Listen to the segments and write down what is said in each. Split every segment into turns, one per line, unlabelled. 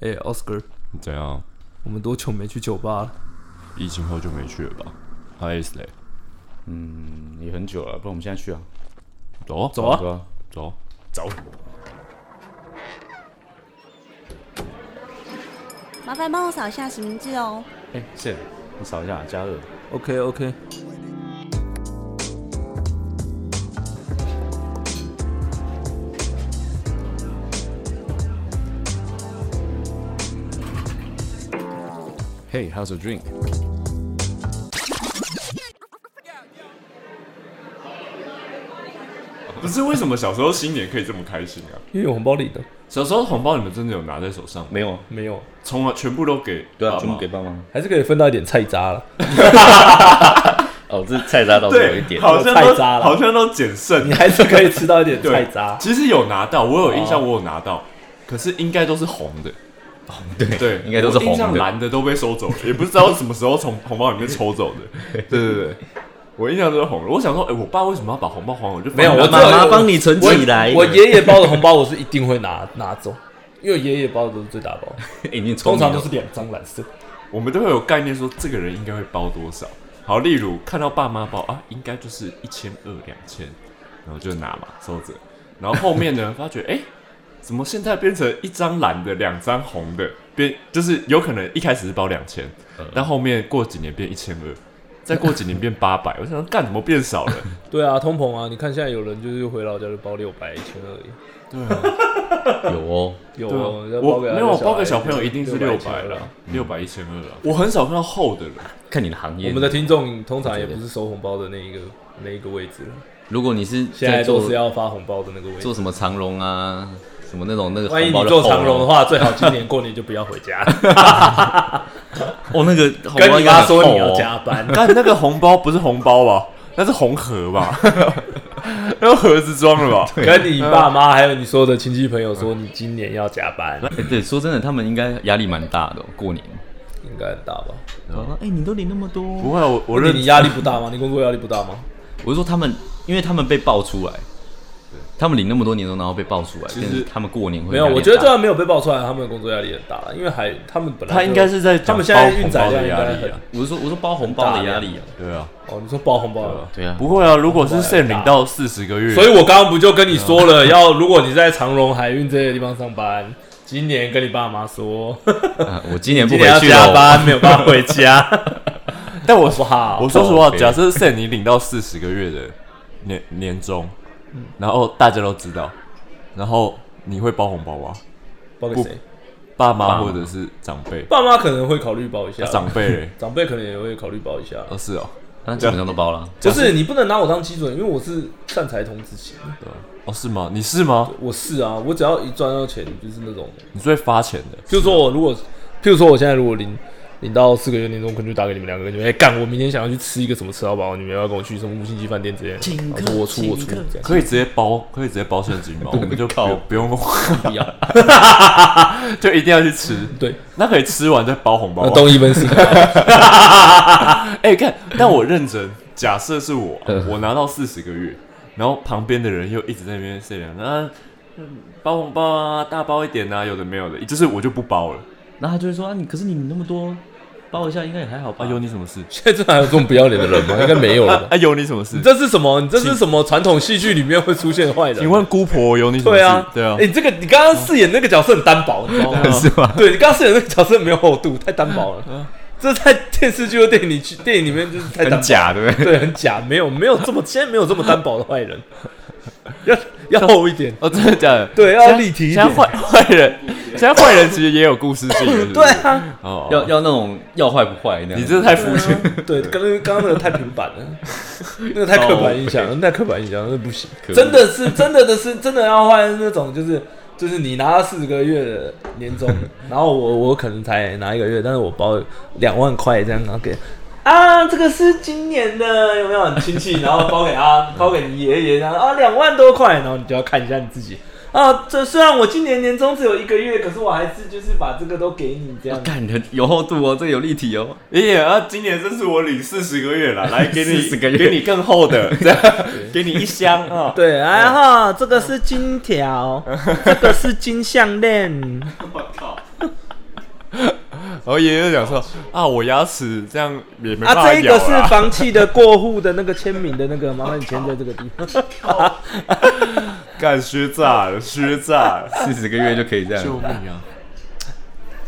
哎、奥 o s c a r
怎样？
我们多久没去酒吧了？
疫情后就没去了吧？还是嘞？
嗯，也很久了，不然我们现在去啊，
走啊
走啊
对吧？
走，
走，
麻烦帮我扫一下实名制哦。
哎、是，你扫一下加热。
OK OK，
Hey, how's your drink？
不是为什么小时候新年可以这么开心啊？
因为有红包领的
小时候红包你们真的有拿在手上吗？
没有啊，
没有，
从来全部都给
对
爸
啊，
妈
全部给爸妈。
还是可以分到一点菜渣 了。
哦，这菜渣倒是有一
对，
点，
好像
太
都
渣了
好像都减 剩
你。还是可以吃到一点
对
菜渣。
其实有拿到，我有印象，我有拿到，可是应该都是红的。
对
对，
应该都是
我印象
红的。
蓝的都被收走了，也不知道什么时候从红包里面抽走的。对对对，我印象都是红的。我想说，哎、我爸为什么要把红包还我？就放
没有
在
我
那
这
妈妈帮你存
我
起来。
我爷爷包的红包我是一定会拿拿走，因为我爷爷包的都是最大包，
已经
通常都是两张蓝色。
我们都会有概念说这个人应该会包多少。好，例如看到爸妈包啊，应该就是一千二、两千，然后就拿嘛，收着。然后后面呢，发觉哎、怎么现在变成一张蓝的，两张红的，变就是有可能一开始是包两千，但后面过几年变一千二，再过几年变八百。我想说干怎么变少了？
对啊，通膨啊，你看现在有人就是回老家就包六百、一千二已。
对啊，
有哦，
有
对啊
哦，要
我
包给他
没有我
的
包给
孩
小朋友一定是六
600
百了，六百一千二了。我很少看到厚的了，
看你的行业。
我们的听众通常也不是收红包的那一个那一个位置了，
如果你是
现在都
做
是要发红包的那个位置
做。什么长龙啊，什么那种那个
万一
红包
你
的
做
厚
长
啊
荣的，话，最好今年过年就不要回家，
哦，那个红
跟
包
你
应该
妈
很
说
厚
你要
哦
加班。
但那个红包不是红包吧？那是红盒吧？ 那盒子装了 吧？
跟你爸妈还有你所有的亲戚朋友说，你今年要加班，
哎对，说真的，他们应该压力蛮大的哦，过年。
应该很大吧？
哎、你都领那么多
不，会啊，我我
而且
认
你压力不大吗？你工作压力不大吗？
我是说他们，因为他们被爆出来，他们领那么多年终，然后被爆出来，
其实
变成他们过年会
没有，
压力
我觉得
大
就算没有被爆出来，他们的工作压力很大，因为还他们本来就
他应该是在
他们
讲
现在
包
运
红
载
包
量
的
应
压
该
力
很
啊，
我是说我说包红包的压力啊，
对啊，
哦，你说包红包了。
对啊，
不会啊。如果是 Sam 领到四十个月，
所以我刚刚不就跟你说了，要如果你在长荣海运这些地方上班，今年跟你爸妈说，
啊 我今年不
今
回
年要
去了
加
哦，
班，没有办法回家，
但我
好哦不好？
我说实话，
对
假设 Sam 你领到四十个月的年年终，
嗯
然后大家都知道，然后你会包红包吗？
包给
不
谁？
爸
爸
妈
妈
或者是长辈？
爸妈可能会考虑包一下，
长辈嘞？
长辈可能也会考虑包一下。
哦，是哦，
那基本上都包了。
不是你不能拿我当基准，因为我是善财童子型，
对啊哦，是吗？你是吗？
我是啊，我只要一赚到钱就是那种，
你是会发钱的，
譬如说我如果，譬如说我现在如果领领到四个月年终，可能就打给你们两个，你们哎干，我明天想要去吃一个什么吃到饱，你们要不要跟我去什么五星级饭店之类的，然后说我出我出这样，
可以直接包，可以直接包现金 吗？我们就不用不用，
不 要，
就一定要去吃。
对，
那可以吃完再 包红包
那
吗。
东一分是
哎、看，但我认真，假设是我，
呃
我拿到四十个月，然后旁边的人又一直在那边商量，那包红包啊，大包一点啊，有的没有的，就是我就不包了。
那他就会说啊，你可是你领那么多，包一下应该也还好吧？
啊，有你什么事？
现在这还有这么不要脸的 人吗？应该没有了吧？
啊，有你 什么事
你？这是什么？你这是什么传统戏剧里面会出现的坏人？
请问姑婆有你什么事？
对啊， 哎
对啊
哎、，你这个你刚刚饰演那个角色很单薄，你知道吗？
是 吧？
对你刚刚饰演那个角色没有厚度，太单薄
嗯
了。这在电视剧或电影里去电影里面就是太单薄
很，假，对不对？
对，很假，没有没有这么现在没有这么单薄的坏 人，要要厚一点，
哦，真的假的？
对，要立体一
现
点。
在坏坏人， 现在坏人其实也有故 事性的，是不是
对啊，
哦，
要要那种要坏不坏那样。
你这太肤浅。
对，刚刚刚刚那个太平板了，那个太刻板印象了，那太刻板印象了，那不行，
哦可恶
真的是真的的是真的要换那种就是。就是你拿到四十个月的年终，然后我我可能才拿一个月，但是我包两万块这样，然后给啊，这个是今年的有没有很亲戚，然后包给他，包给你爷爷，然后啊两万多块，然后你就要看一下你自己啊，这虽然我今年年终只有一个月，可是我还是就是把这个都给你这样
啊，干的有厚度哦，这个有立体哦。
爷爷啊，今年这是我领四十个 月了，来给你
40个月
给你更厚 的，这样给你一箱啊。
对，哎然 后这个是金条，这个是金项链。
我靠，然后爷爷就讲说啊，我牙齿这样也没办
啊，
法
这
咬
个
啦
是房契的过户的那个签名的那个，麻烦你签在这个地方。
干虚炸了，虚炸了，
四十个月就可以这
救
样，
命啊！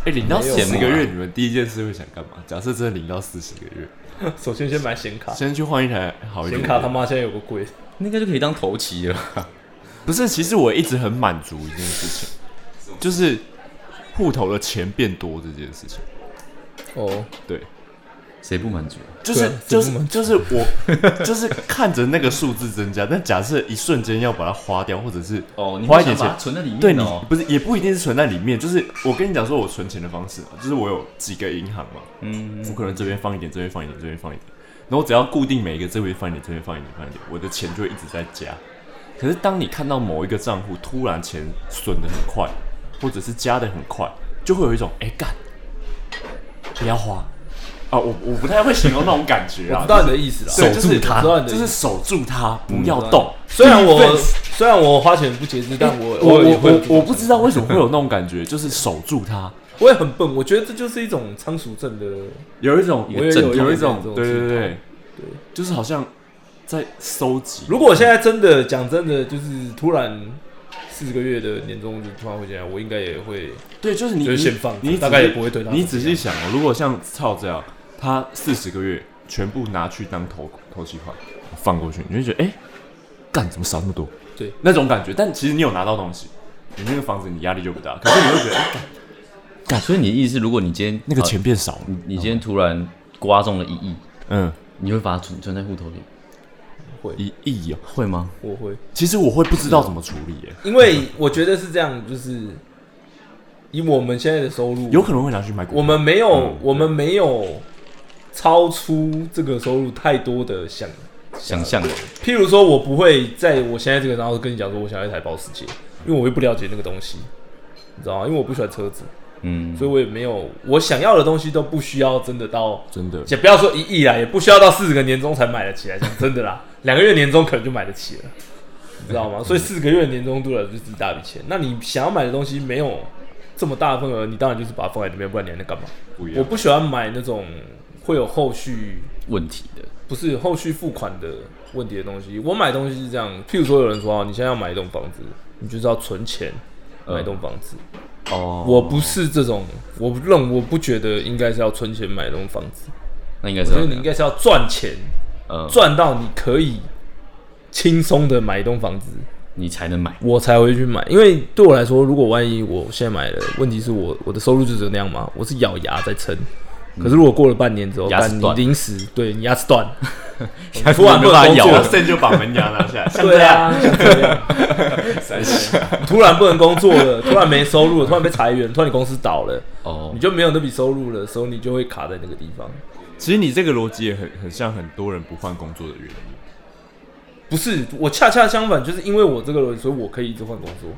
哎、领到四
羡慕
十
啊
个月，你们第一件事会想干嘛？假设真的领到四十个月，
首先先买显卡，
先去换一台好一点
显
的。
卡他妈现在有个贵，
那应该就可以当头旗了吧。
不是，其实我一直很满足一件事情，就是户头的钱变多这件事情。
哦，
对，
谁不满足？
就是
对啊
就
怎么
是
满
就是我 就是看着那个数字增加，但假设一瞬间要把它花掉，或者是
哦，你
花一
会
点
想把
钱
它存在里
对
面
你
哦。
不是也不一定是存在里面，就是我跟你讲说我存钱的方式啊，就是我有几个银行嘛，
嗯，
我可能这边放一点，这边放一点，这边放一点，然后只要固定每一个这边放一点，这边放一点，放一点，我的钱就会一直在加。可是当你看到某一个账户突然钱损的很快，或者是加的很快，就会有一种哎干、不要花啊！我我不太会形容那种感觉
我
啊，
知道你的意思
对
啦。
手
就是
住它
我知道你的
就
意
是
思
守住它，
嗯
不要动。
虽然我
Defense
虽然我花钱不节制，但我
我
我也
我
会
我我不知道为什么会有那种感 觉，就是守住它，
我也很笨，我觉得这就是一种仓鼠症的。
有一种
我也有
有一
有
种
一种
对对
这
对
种
对，就是好像在收集。
如果我现在真的讲真的，就是突然四十个月的年终就突然会进来，我应该也会
对，就是你
就是
你
先放
你
大
仔
概
细
也不会对他
你
怎
仔
么
细
样
想哦，如果像操这样，他四十个月全部拿去当投投期款放过去，你就觉得哎，干、怎么少那么多？
对
那种感觉。但其实你有拿到东西，你那个房子你压力就不大，可是你会觉得、哎干
所以你的意思，如果你今天
那个钱变少了
好，你今天突然刮中了一亿，
嗯，
你会把它存存在户头里，
会，
一亿哦。
会吗？
我会，
其实我会不知道怎么处理、哎，
因为我觉得是这样，就是以我们现在的收入，
有可能会拿去买股票。
我们没有、
嗯
我们没有超出这个收入太多的想
想象的，
譬如说，我不会在我现在这个，然后跟你讲说我想要一台保时捷，因为我又不了解那个东西，你知道吗？因为我不喜欢车子，
嗯，
所以我也没有我想要的东西都不需要真的到，
真的
也不要说一亿啦，也不需要到四十个年终才买得起来，讲真的啦，两个月年终可能就买得起了，你知道吗？所以四个月的年终度来就是一大笔钱，那你想要买的东西没有这么大的份额，你当然就是把它放在里面，不然你还能干嘛？
不一
我
样。
不喜欢买那种会有后续
问题的，
不是后续付款的问题的东西。我买东西是这样，譬如说有人说啊，你现在要买一栋房子，你就是要存钱
嗯
买一栋房子。
哦
我不是这种，我不认我不觉得应该是要存钱买一栋房子，
那应该
我
是
觉
要
得
这
你应
样
该是要赚钱，
呃，
赚到你可以轻松的买一栋房子，
你才能买，
我才会去买。因为对我来说，如果万一我现在买了，问题是我我的收入就只有那样嘛，我是咬牙在撑。可是如果过了半年之后，
嗯牙齿
干你
断
临时对你牙齿 断，
你
突然不能工作
咬啊
了
了，
剩就把门牙拿下来，像这
对
样
啊， 像这样。突然不能工作了，突然没收入了，突然被裁员，突然你公司倒了，
哦
你，就没有那笔收入了，时候你就会卡在那个地方。
其实你这个逻辑也很很像很多人不换工作的原因。
不是，我恰恰相反，就是因为我这个人，所以我可以一直换工作，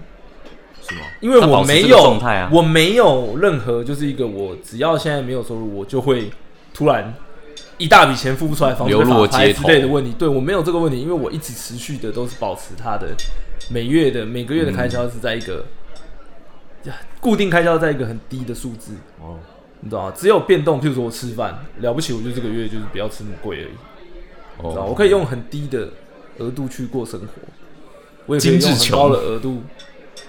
是吗？
因为
他
我
保持
没
这个
有
状态啊
我没有任何就是一个我只要现在没有收入，我就会突然一大笔钱付不出来，房子被
流落
法拍
街
之
头
类的问题。对我没有这个问题，因为我一直持续的都是保持它的每月的每个月的开
嗯
销是在一个、固定开销在一个很低的数字。
哦，
你知道吗？只有变动，譬如说我吃饭，了不起，我就这个月就是不要吃那么贵而已，你知道吗？我
哦，
可以用很低的额度去过生活，我也可
精
以
致
用很
穷
高的额度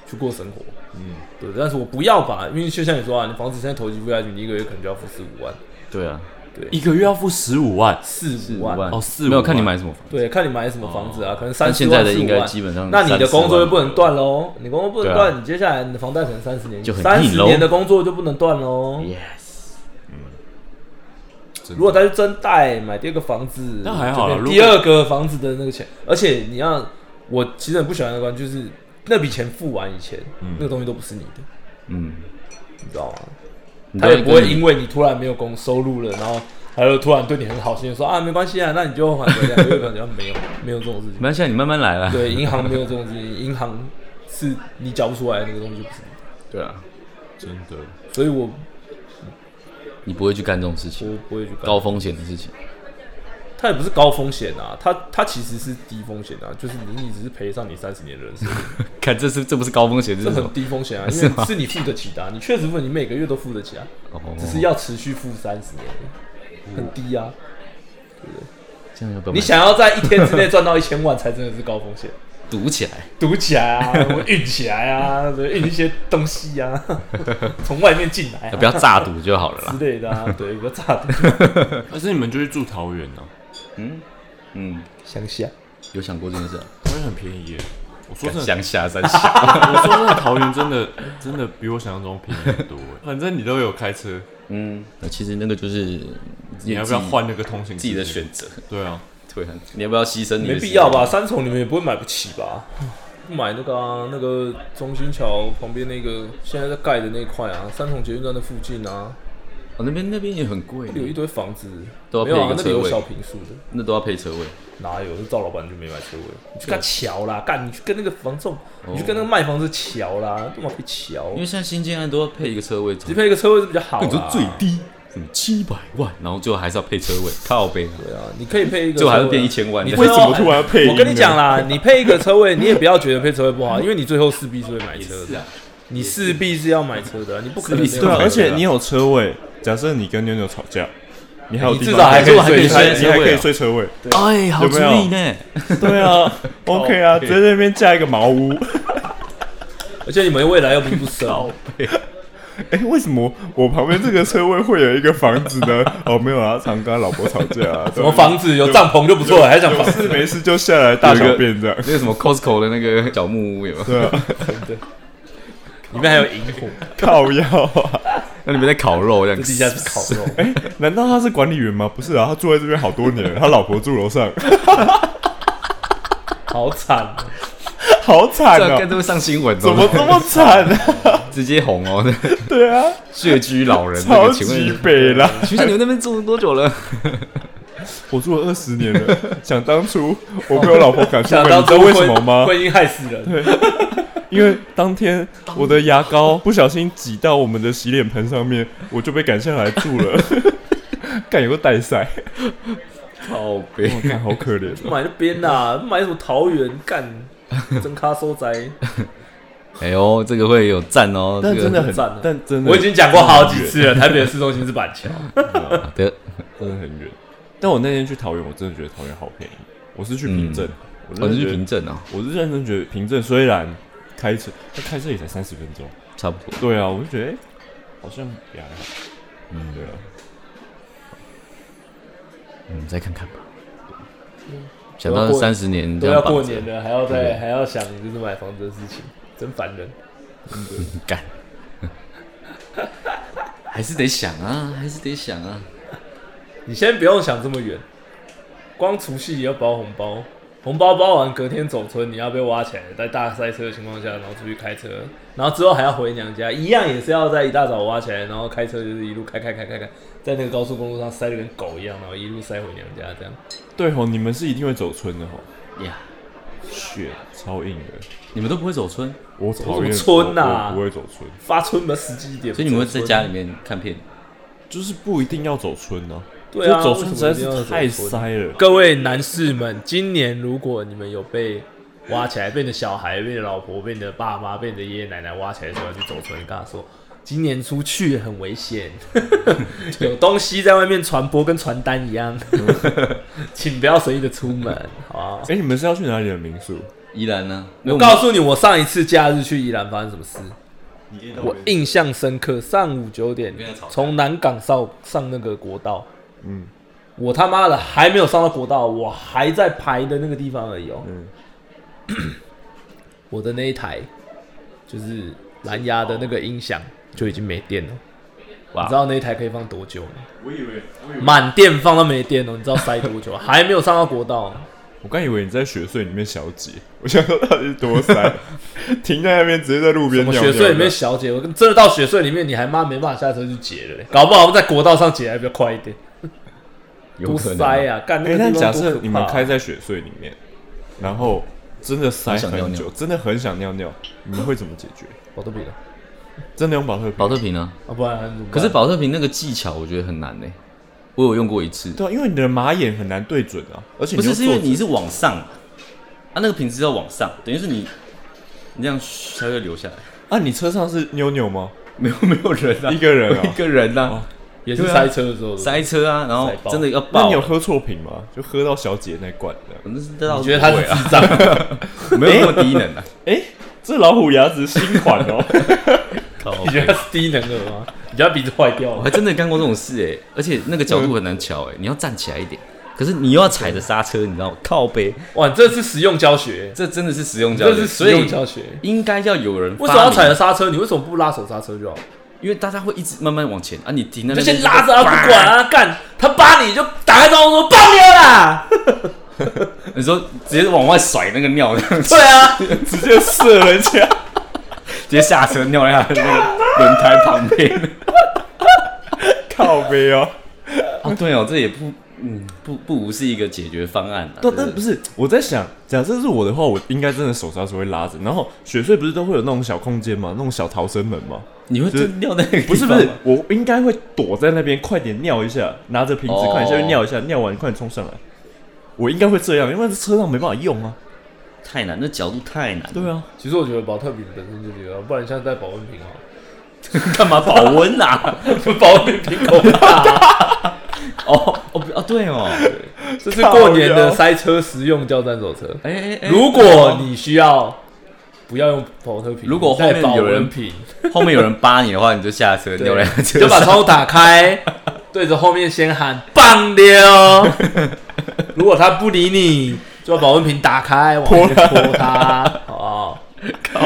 去过生活，
嗯，
对。但是我不要把，因为就像你说啊，你房子现在投机付下去，你一个月可能就要付四五万，
对啊，
一个月要付十五万，
四
四
五
五
万，
万哦
哦四五
没有看你
万
买什么房，
对，看你买什么房子啊，可能三
但
十
现
万、
在的
45
应该
万
基本上
那你的
30
工作就
万
不能断喽，你工作不能
对啊
断，你接下来你的房贷可能三十年，
就很
三
硬
十
咯
年的工作就不能断喽。
，yes，
真的
如果他去真贷买第二个房子，
那还好啦
就
如果
变第二个房子的那个钱，而且你要，我其实很不喜欢的观，就是那笔钱付完以前，
嗯
那个东西都不是你的，
嗯，
你知道吗？
你
他
都
也不会
跟你
因为你突然没有工收入了，然后他就突然对你很好心地说啊，没关系啊，那你就还回两个月吧，然后没有没有这种事情
没。关系啊，你慢慢来啦。
对，银行没有这种事情，银行是你缴不出来的那个东西就不是你
对啊，
真的
的，所以我
你不会去干这种事情，
我不会去搞。
高风险的事情。
它也不是高风险啊，它它其实是低风险啊，就是你你只是赔上你三十年的人生，
看 这是这不是高风险，这
这
是什么
很？低风险啊，因
是吗
为是你付得起的、啊，你确实付，你每个月都付得起啊，
哦嗯
只是要持续付三十年，很低啊。
这样要
你
你想
想要在一天之内赚到一千万，才真的是高风险。
赌起来，
赌起来 啊，我运起来啊，对运一些东西啊，从外面进来、啊，
不要诈赌就好了啦
之。类的啊，对，不要炸的。
还是你们就去住桃园呢、
嗯嗯，
乡下，
有想过这件事啊？
桃园很便宜耶。我说
敢
真的，
乡下三峡，
我说真的，桃园真的真的比我想象中便宜很多耶。反正你都有开车，
嗯，那其实那个就是
你要不要换那个通行
自己的
时间
选？择？
对啊，
对啊，你要不要牺牲你？
没必要吧？？三重你们也不会买不起吧？买那个啊，那个中心桥旁边那个现在在盖的那一块啊，三重捷运站的附近啊，
哦，那边那边也很贵
那，里有一堆房子，
都要
没有
配
啊
一，个
那里有
车位
小平数的，
那都要配车位。
哪有？是赵老板就哦没买车位，你去跟他瞧啦，干，你去跟那个房仲，你去跟那个卖房子瞧啦，干嘛去瞧
因？为现在新建案都要配一个车位，
只配一个车位是比较好
你说
啦。
最低什么七百万，然后最后还是要配车位， 靠背啊。
对啊，你可以配一个车
最
位啊，
后还是变1000万
你
这
最
为
后
什么突然要配音呢
我跟你讲啦，你配一个车位，你也不要觉得配车位不好，因为你最后势必是会买车的，你势必是要买车的，你不可能没
势必是
有
对啊，
要
买
而
车的
且你有车位，假设你跟妞妞吵架，你还有
哎你
地
至
方
少还
可以
可以
睡，
睡
你还
车位
你还可以
啊
睡车位。
哎，好
有
主
没有
意呢！
对啊，OK 啊，直接在那边架一个茅屋。
而且你们未来又不是不 生，
哎，为什么我旁边这个车位会有一个房子呢？哦，没有啊，常跟他老婆吵架啊。
什么房子有帐篷就不错了，还想房
有
子？
事没事就下来大小便这样。
那个什么 Costco 的那个小木屋有没有？
对啊，
里面还有萤火，
靠腰啊！
那里面在烤肉这样
这，地下室烤肉，
哎，难道他是管理员吗？不是啊，他住在这边好多年了，他老婆住楼上，
好惨哦，
好惨
这样看
哦！
这会上新闻哦，
怎么这么惨啊？
直接红哦？
对啊，
血居老人，那
超
个请
级
问
北啦！
学长你们那边住多久了？
我住了二十年了，想当初我被我老婆赶出
想
门，你
当
知道
初
为什么吗？
婚姻害死人，
因为当天我的牙膏不小心挤到我们的洗脸盆上面，我就被赶下来住 了。干有个带 塞，
靠背，
我看好可怜哦。
买那边呐，买什么桃园干？真咖收 宅，
哎呦，这个会有赞哦，这
但
个
真的
很赞啊
很，但真的，
我已经讲过好几次了。台北的市中心是板桥，
好的，
真的很远。但我那天去桃园，我真的觉得桃园好便宜。我是去平镇，
我
我
是
真的
去
觉得
凭证啊，
我嗯哦是认真觉得平镇虽然开车，但开车也才三十分钟。
差不多。
对啊，我就觉得、哎好像也还好。嗯，对啊。
嗯，再看看吧。想
都要
到
过
三十年
都
这
要
样绑
过
着
年了，还要再还要想就是买房子的事情，真烦人。
干，还是得想啊，还是得想啊。
你先不用想这么远，光除夕也要包红包，红包包完隔天走村，你要被挖起来，在大塞车的情况下，然后出去开车，然后之后还要回娘家，一样也是要在一大早挖起来，然后开车就是一路开开开开开，在那个高速公路上塞的跟狗一样，然后一路塞回娘家，这样
对吼，你们是一定会走村的吼，
呀，
血超硬的。
你们都不会走村，
我讨厌
走村啊
我不会走村，
发春吧，实际一点。
所以你们会在家
里？
里面看片。
就是不一定要走村呢、啊。
对啊，
就走村实在
为什么一定
是
要走
太
村
塞了。
各位男士们，今年如果你们有被挖起来，被你的小孩、被你的老婆、被你的爸妈、被你的爷爷奶奶挖起来的时候，要去走村，你跟他说，今年出去很危险，有东西在外面传播，跟传单一样，请不要随意的出门，好不好
哎、你们是要去哪里的民宿？
依然呢，
我告诉你，我上一次假日去宜兰发生什么事，我印象深刻。上午九点
跟他吵架
从南港上上那个国道，
嗯
我他妈的还没有上到国道，我还在排的那个地方而已哦。
嗯，
我的那一台就是蓝牙的那个音响就已经没电了。
哇
你知道那一台可以放多久吗？
我以为
满电放到没电哦，你知道塞多久？还没有上到国道，哦
我刚以为你在雪隧里面小姐，我想说到底是多塞， 停在那边直接在路
什
边
么
尿
雪
尿
隧里面
的。啊
小姐，我跟真的到雪隧里面，你还妈没办法下车去解了嘞，搞不好在国道上解还比较快一点。
有
多
可
塞
能
啊！干那
哎、
个地
但
方多可怕啊
假设你们开在雪隧里面，然后真的塞
很想
很久，
尿尿
真的很想尿尿，你们会怎么解决？
我都比了
真的用保特瓶？
保特瓶呢？
啊，不然怎么办
可是保特瓶那个技巧，我觉得很难呢。我有用过一次，
对啊，因为你的马眼很难对准啊，而且
不
你又
是是因为
坐着
你是往上，啊，那个瓶子要往上，等于是你你这样嘘它就流下来，
啊，你车上是妞妞吗？
没有没有人啊，
一个人 啊
我一个人呐、
也是
对啊
塞车的时候，
塞车啊，然后
塞爆
真的要
那
爆
你有
了，
喝错瓶吗？就喝到小姐那罐的。
那是这倒
你
是
觉得他
不
是
会啊，
智障？
没有那么低 能啊，
哎、这老虎牙齿新款哦，
你觉得他是低能儿吗？你觉得他鼻子坏掉
我
了
还？真的干过这种事哎、而且那个角度很难瞧哎、
嗯
你要站起来一点，可是你又要踩着刹车，你知道吗？靠背，
哇，你这是实用教学，
这真的是实用教
这
学，
是
所
实用
以
教学。
应该要有人
为什么要踩着
发明？
刹车？你为什么不拉手刹车就好？
因为大家会一直慢慢往前啊，你停在
你
那
就
边
先拉着他不管啊，干他扒你就打开窗户说爆尿啦！
你说直接往外甩那个尿，这样 子
对啊，
直接射人家。
直接下车尿在他的那个轮胎旁边。
靠背哦。
啊，对哦，这也不，嗯，不不无是一个解决方案啊。
对，
对
但不是我在想，假设是我的话，我应该真的手刹车会拉着。然后雪隧不是都会有那种小空间吗？那种小逃生门吗？
你会
就是
真尿在那个地
不是
方
不
吗
是，我应该会躲在那边，快点尿一下，拿着瓶子
哦
快点下去尿一下，尿完快点冲上来。我应该会这样，因为车上没办法用啊。
太难，那角度太难。
对啊，
其实我觉得保特瓶本身就是有，不然你下次带保温瓶好
干嘛保温 啊？
了，保温瓶瓶口大，
哦哦不啊，对哦，
这是过年的塞车实用交战手册。
哎哎哎，
如果你需要，不要用保特瓶，
如果后
带
面
保
有
温
人
瓶，
后面有人扒你的话，你就下车尿在他
你
车
就把
上
窗户打开，对着后面先喊棒溜。 如果他不理你，就把保温瓶打开，往前泼他，好不好？
靠。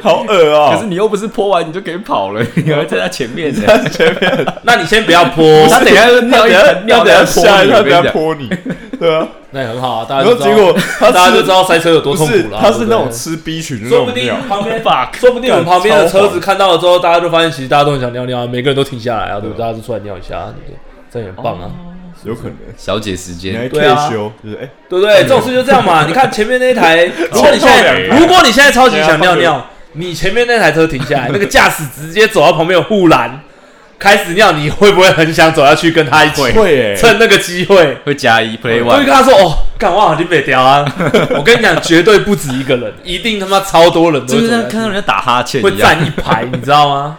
好恶啊、
可是你又不是泼完你就可以跑了， 你还在他前面呢。
那你先不要泼，
他等一下就尿一盆尿
等
在
下
他泼
下一
你，
下
我跟你
等下
讲。
泼你，对啊，
那也很好啊。大家
然
就
后
知道
结果他
大家
是
就知道塞车有多
不
痛
是
苦了。
他是那
对不
种
对
吃 B 群的那
说不
种
定
尿，
旁边
Fuck
说不定我们旁边的车
干超
子看到了之后，大家就发现其实大家都很想尿尿啊，每个人都停下来啊，对不对？大家就出来尿一下，对不对？这样也很棒啊，
有可能。
小姐时
你还
间，
对啊
K 修，就是哎，
对不对？这种事就这样嘛。你看前面那一 台，如果你现
后
在
面两台
如果你现在超级想尿尿，你前面那台车停下来，那个驾驶直接走到旁边有护栏，开始尿，你会不会很想走下去跟他一起？
会哎
趁那个机会。
会加一 play
我就
one，
跟他说：“哦，干我好像被屌啊！我跟你讲，绝对不止一个人，一定他妈超多人都
就
会
是
走下
像
去，
看到人家打哈欠
会
一样。欸
站一排，你知道 吗？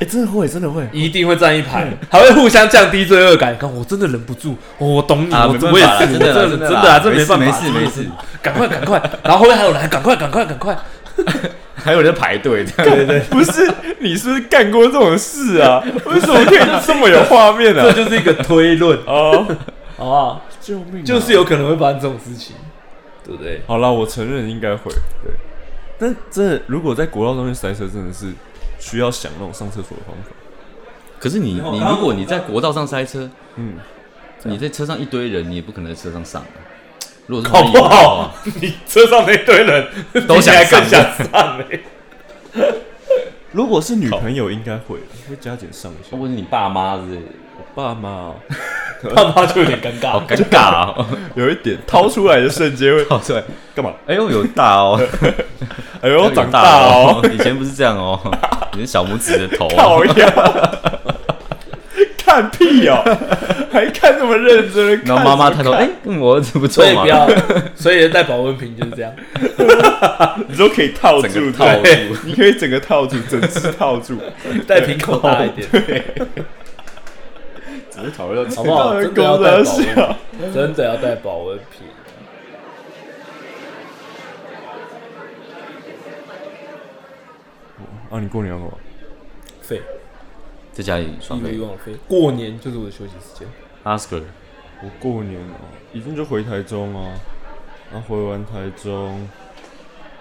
哎，真的会，真的会。
一定会站一排，
嗯
还会互相降低罪恶感。看，我真的忍不住，哦我懂你，
啊
我
没办法
我也
啦
是，
真的啦
我
真的
真
啦
的啊，这
没事
办法，
没事
真的
没
是
事，
赶快赶快，然后后面还有人，赶快赶快赶快，
还有人在排 队，这样
对，不是你是不是干过这种事啊？为什么可以这么有画面
这
啊？
就是一个推论，
哦，
好不好？
救命啊！
就是有可能会发生这种事情，对不对？
好了，我承认应该会对，但真的如果在国道中间塞车，真的是需要想那种上厕所的方法。
可是你你如果你在国道上塞车，
嗯，
你在车上一堆人，你也不可能在车上上啊。如果是
好
没
不
有的
好
话？
你车上那堆人
都想
比你还
上
更想上 嘞。
如果是女朋友，应该会会加减上一下。
或者你爸妈之类的，
我爸妈哦
他妈就有点尴
好
尬，
尴尬啊！
有一点掏出来的瞬间会
好帅，
干嘛？
哎呦有大 哦，
哎
哎呦
呦，
有
长大哦，，
以前不是这样哦，你是小拇指的头
靠
哦，
呀！看屁哦，还看那么认真的看。
然后妈妈 抬头，哎，嗯我儿子不错
所以
嘛
不，要，所以带保温瓶就是 这样。
你都可以套
整
住，
个套
对
住，
你可以整个套住，整只套住，
带瓶口大一点，
只是讨论到
好不好？真的要
公
带保
的
温
笑。
瓶，真的要带保温瓶。
啊，你过年要干嘛？
废，
在家里
一
爽
如以
飞
往废。过年就是我的休息时间，
，Oscar
我过年哦，一定就回台中啊，然后回完台中，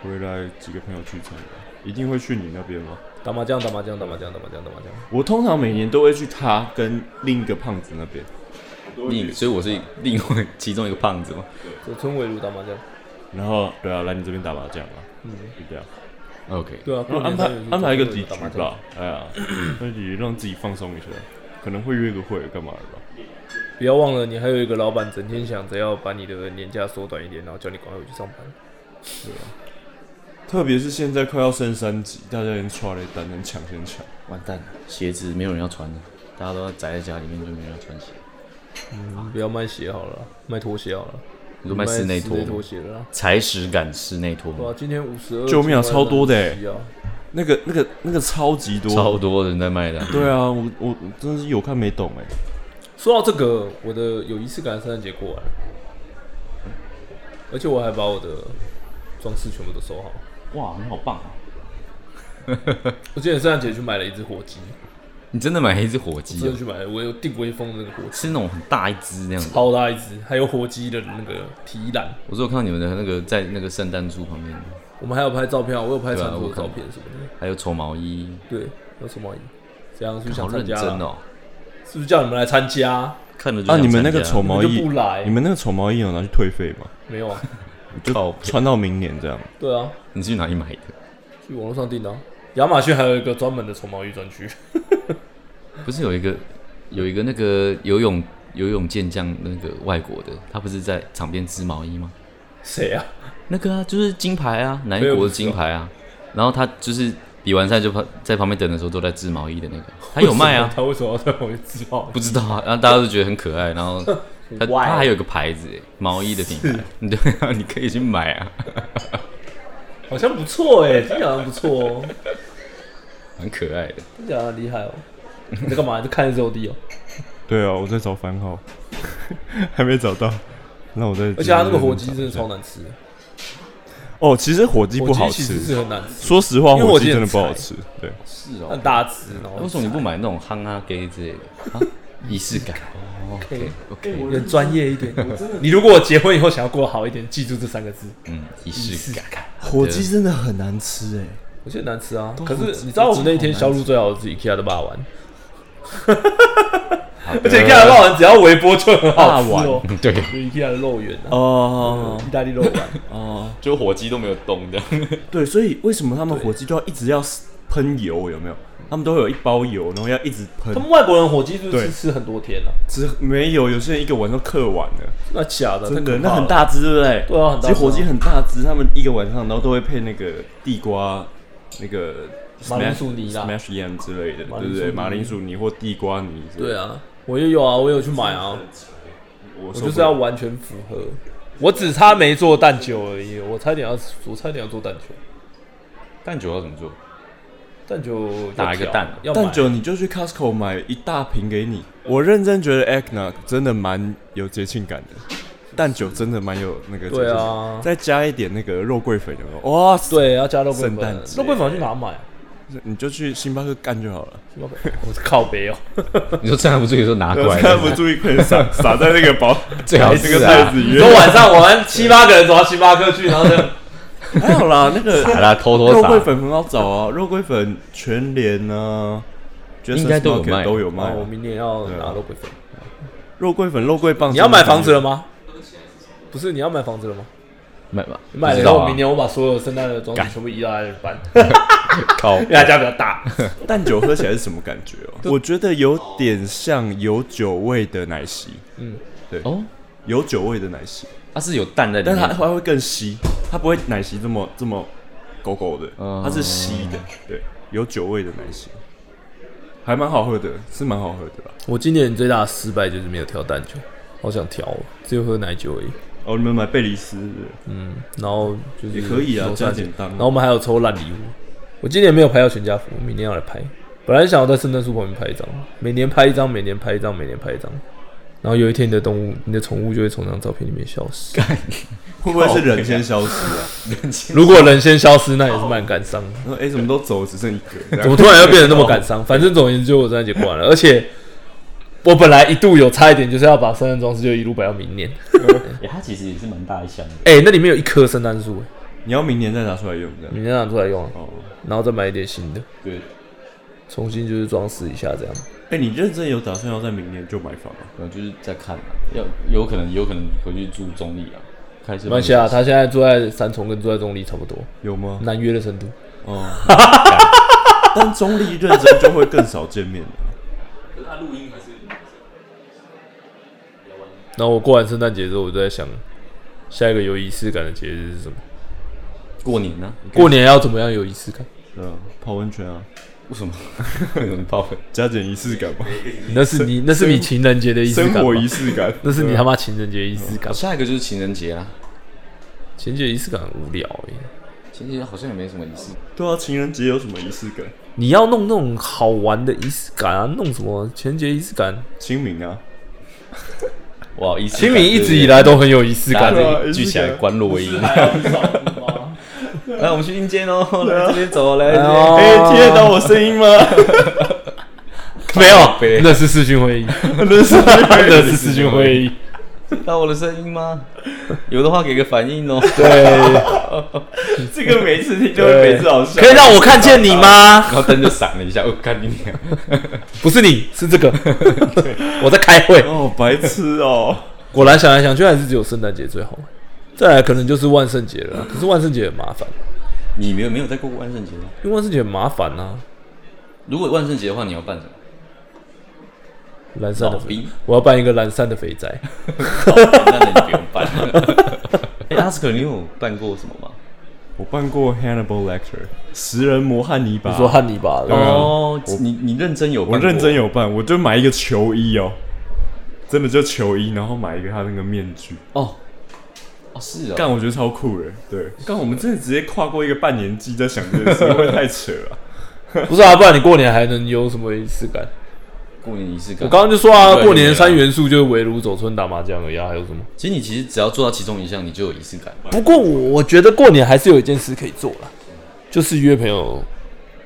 回来几个朋友聚餐吧，一定会去你那边吗？
打麻将，打麻将，打麻将，打麻将，打麻将。
我通常每年都会去他跟另一个胖子那边。
另，所以我是另外其中一个胖子 嘛，
就村尾路打麻将，
然后对啊，来你这边打麻将啊，嗯，就这样。
OK，
对啊，过
然后嗯安
年
排
才有去
安排一个
村
几
尾路打
局
麻将
吧，哎呀，那局让自己放松一下，可能会约个会干嘛的吧？
不要忘了，你还有一个老板，整天想着要把你的年假缩短一点，然后叫你赶快回去上班。
特别是现在快要升三级，大家连刷了一单，能抢先抢。
完蛋了，鞋子没有人要穿了，大家都要宅在家里面，就没人要穿鞋。
嗯不要卖鞋好了，卖拖鞋好了，
你说卖室内拖
卖
吗
室拖鞋了啦。
踩屎感室内拖
对啊，今天五十二，
救命啊超多的欸
90啊
那个、那个、那个超级多，
超多人在卖的啊，
对啊，我我真的是有看没懂哎、
说到这个，我的有仪式感的圣诞节过完了，而且我还把我的装饰全部都收好。
哇，你好棒啊！
我今年圣诞节去买了一只火鸡，
你真的买了一只火鸡
真
哦
的，去买了，我有定威风的那个火鸡，
是那种很大一只那样子。
超大一只，还有火鸡的那个蹄篮。
我是有看到你们的那个在那个圣诞树旁边，
我们还有拍照片啊，我有拍
对啊
传
我
统的
看
照片什么的。
还有丑毛衣，
对，有什么？怎样？是不是
好
想参
认
加
真
了？
哦，
是不是叫你们来参加？
看着就
啊，
想
你们那
参加
个丑毛
你
衣
们就不来
你们那个丑毛衣有拿去退费吗？
没有啊？
靠北，
穿到明年这样，
对啊，
你去哪里买的？
去网络上订的啊。亚马逊还有一个专门的虫毛衣专区，
不是有一个有一个那个游泳游泳健将那个外国的，他不是在场边织毛衣吗？
谁啊？
那个啊，就是金牌啊，南
没有
国
不
的
知
金
道
牌啊。然后他就是比完赛就旁在旁边等的时候都在织毛衣的那个，他有卖啊，
他为什么要在旁边自爆？
不知道啊，然后大家都觉得很可爱，然后他
Why？
他还有一个牌子欸毛衣的品牌， 对啊，你可以去买啊，
好像不错哎、听起来好像不错哦、
很可爱的。
听起来很厉害哦、你在干嘛？你在看肉地哦、
对啊，我在找番号， 还没找到。那我在，
而且他那个火鸡真的超难吃，
哦。其实火鸡不好
火鸡其实
吃，
是很难吃，
说实话，
因为
火
火
鸡
鸡
真的
很
不好
柴
吃。对，
是
很，大只，然后
为什么你不买那种憨啊 gay 之类 的啊？仪式感哦，OK OK，
人专业一点？你如果结婚以后想要过得好一点，记住这三个字：
嗯，仪
仪
式
式
感。
感。
火鸡真的很难吃哎。
我觉得难吃啊，
都
可
好
是
吃
你知道我们那一天
都好
销
难
路最好的是 IKEA 的霸王，
好的
而且 IKEA 的霸王只要微波就很好吃哦、
嗯对，
就 IKEA 的肉圆啊，
哦
意大利肉丸，
哦，
就火鸡都没有动 的，
对，所以为什么他们火鸡都要一直要喷油？有没有？他们都会有一包油，然后要一直喷
他。们外国人火鸡是不是
对
吃吃很多天啊？
只没有，有些人一个晚上嗑完了，
那假的，
真的
太可怕
那很
了
大只，对不对？
对啊很大只啊
其实火鸡很大只，他们一个晚上，然后都会配那个地瓜，那个 smash,
马铃薯泥啦
smash yam 之类的，
马铃薯
对
泥
不对？马铃薯泥或地瓜泥。
对，啊，我也有啊，我有去买啊，
我
我
受
就是
不了
要完全符合，我只差没做蛋酒而已，我差点要，我差点要做蛋酒，
蛋酒要怎么做？
蛋酒要
打一个
调
蛋啊
要买
蛋酒，你就去 Costco 买一大瓶给你。我认真觉得 Eggnog 真的蛮有节庆感的，蛋酒真的蛮有那个节
对
庆感。
啊，
再加一点那个肉桂粉有没有？哇塞！
对，要加肉桂
圣
粉
诞，节
肉桂粉去哪买啊？
你就去星巴克干就好了。
肉桂粉我是靠北哦，
你说站不住，你说拿过来，
啊他不
啊
注意，可以 撒撒在那个包，
最好
这
是
个
啊
袋子里
你
面
说。晚上我们七八个人走到星巴克去，然后 就
还好啦，那个
打啦，偷偷
肉桂
打。
粉很好找啊，肉桂粉全联啊，
应该都有卖
Market 都有
啊
卖。
我明年要
对啊
拿肉桂粉。
肉桂粉、肉桂棒，
你要买房子了？吗？不是，你要买房子了吗？
买吧，
你买了
不
以
知道
后，
啊
明年我把所有圣诞的装饰全部移到他那里搬，
靠
因为他家比较大。
蛋酒喝起来是什么感觉哦？ 我觉得有点像有酒味的奶昔，
哦，
有酒味的奶昔，嗯
它是有蛋在里
但它
面，
它会更稀，它不会奶昔这么这么狗狗的，
嗯
它是稀的，对，有酒味的奶昔，还蛮好喝的，是蛮好喝的啦。
我今年最大的失败就是没有调蛋酒，好想调哦，只有喝奶酒而已。
哦，你们买贝里斯
嗯，然后就是
也可以啊
抽，
加
蛋
减单啊。
然后我们还有抽烂礼物。我今年没有拍到全家福，我明年要来拍。本来想要在圣诞树旁边拍一张，每年拍一张，每年拍一张，每年拍一张。然后有一天，你的动物、你的宠物就会从那张照片里面消失。
会不会是人先消失 啊？
如果人先消失，那也是蛮感 伤的。
然后哎，怎么都走，只剩一个 这样，
怎么突然又变得那么感伤？反正总而言之，我圣诞节过完了，而且我本来一度有差一点，就是要把圣诞装饰就一路摆到明年。
欸它其实也是蛮大一箱的。
哎、那里面有一棵圣诞树，哎
你要明年再拿出来用这样。
明天拿出来用啊，
哦，
然后再买一点新的，
对，
重新就是装饰一下这样。
哎、你认真有打算要在明年就买房吗？
可能就是在看、啊，要有可能有可能回去住中立啊，开始
没关系啊，他现在住在三重跟住在中立差不多，
有吗？
难约的程度。
哦，但中立认真就会更少见面了。
然后我过完圣诞节之后，我就在想，下一个有仪式感的节日是什么？
过年呢、啊
过年要怎么样有仪式感？
对啊，泡温泉啊，
为什么？为什么报废？
加减仪式感吧，
那是你那是你情人节的仪式啊嗯
生
感吧，
活，仪式感
那是你他妈情人节仪式感。
下一个就是情人节啊，
情人节仪式感很无聊欸耶，
情人节好像也没什么仪式。
对啊，情人节有什么仪式感？
你要弄那种好玩的仪式感啊，弄什么情人节仪式感？
清明啊，
哇，仪式
清
感
明一
就是
直以来都很有仪式
大
感
家
对啊
这里聚起来关录 音。来，我们去阴间 哦，来这边走，来这边。
哦
哎，听得到我声音吗？
没
靠
有
北，
那是视讯会议，
那是
那是视讯会议。
到我的声音吗？有的话给个反应 哦。
对，
这个每次听就
对
好笑
可以让我看见你吗？
然后灯就闪了一下，我看你娘！
不是你，是这个。我在开会。
哦，白痴哦，
果然想来想去，还是只有圣诞节最好玩。再来可能就是万圣节了，啊可是万圣节很麻烦，
你没有没有在过万圣节吗？
因为万圣节很麻烦啊。
如果万圣节的话，你要办什么？
懒散的
老
肥
兵，
我要办一个懒散的肥宅。
那你不用 办。哎，阿斯克，你有办过什么吗？
我办过 Hannibal Lecter 食人魔汉尼拔，
你说汉尼拔
对啊
了，
哦，你你认真有办
我
过？
认真有办，我就买一个球衣哦，真的就球衣，然后买一个他那个面具，
哦哦是哦，
干我觉得超酷的，对，干我们真的直接跨过一个半年级在想这件事，会不会太扯 了、
不是啊，不然你过年还能有什么仪式感？
过年仪式感。
我刚刚就说啊，
对
过年
对啊
三元素就是围炉、走村、打麻将而已、啊，还有什么？
其实你其实只要做到其中一项，你就有仪式感。
不过我我觉得过年还是有一件事可以做了，就是约朋友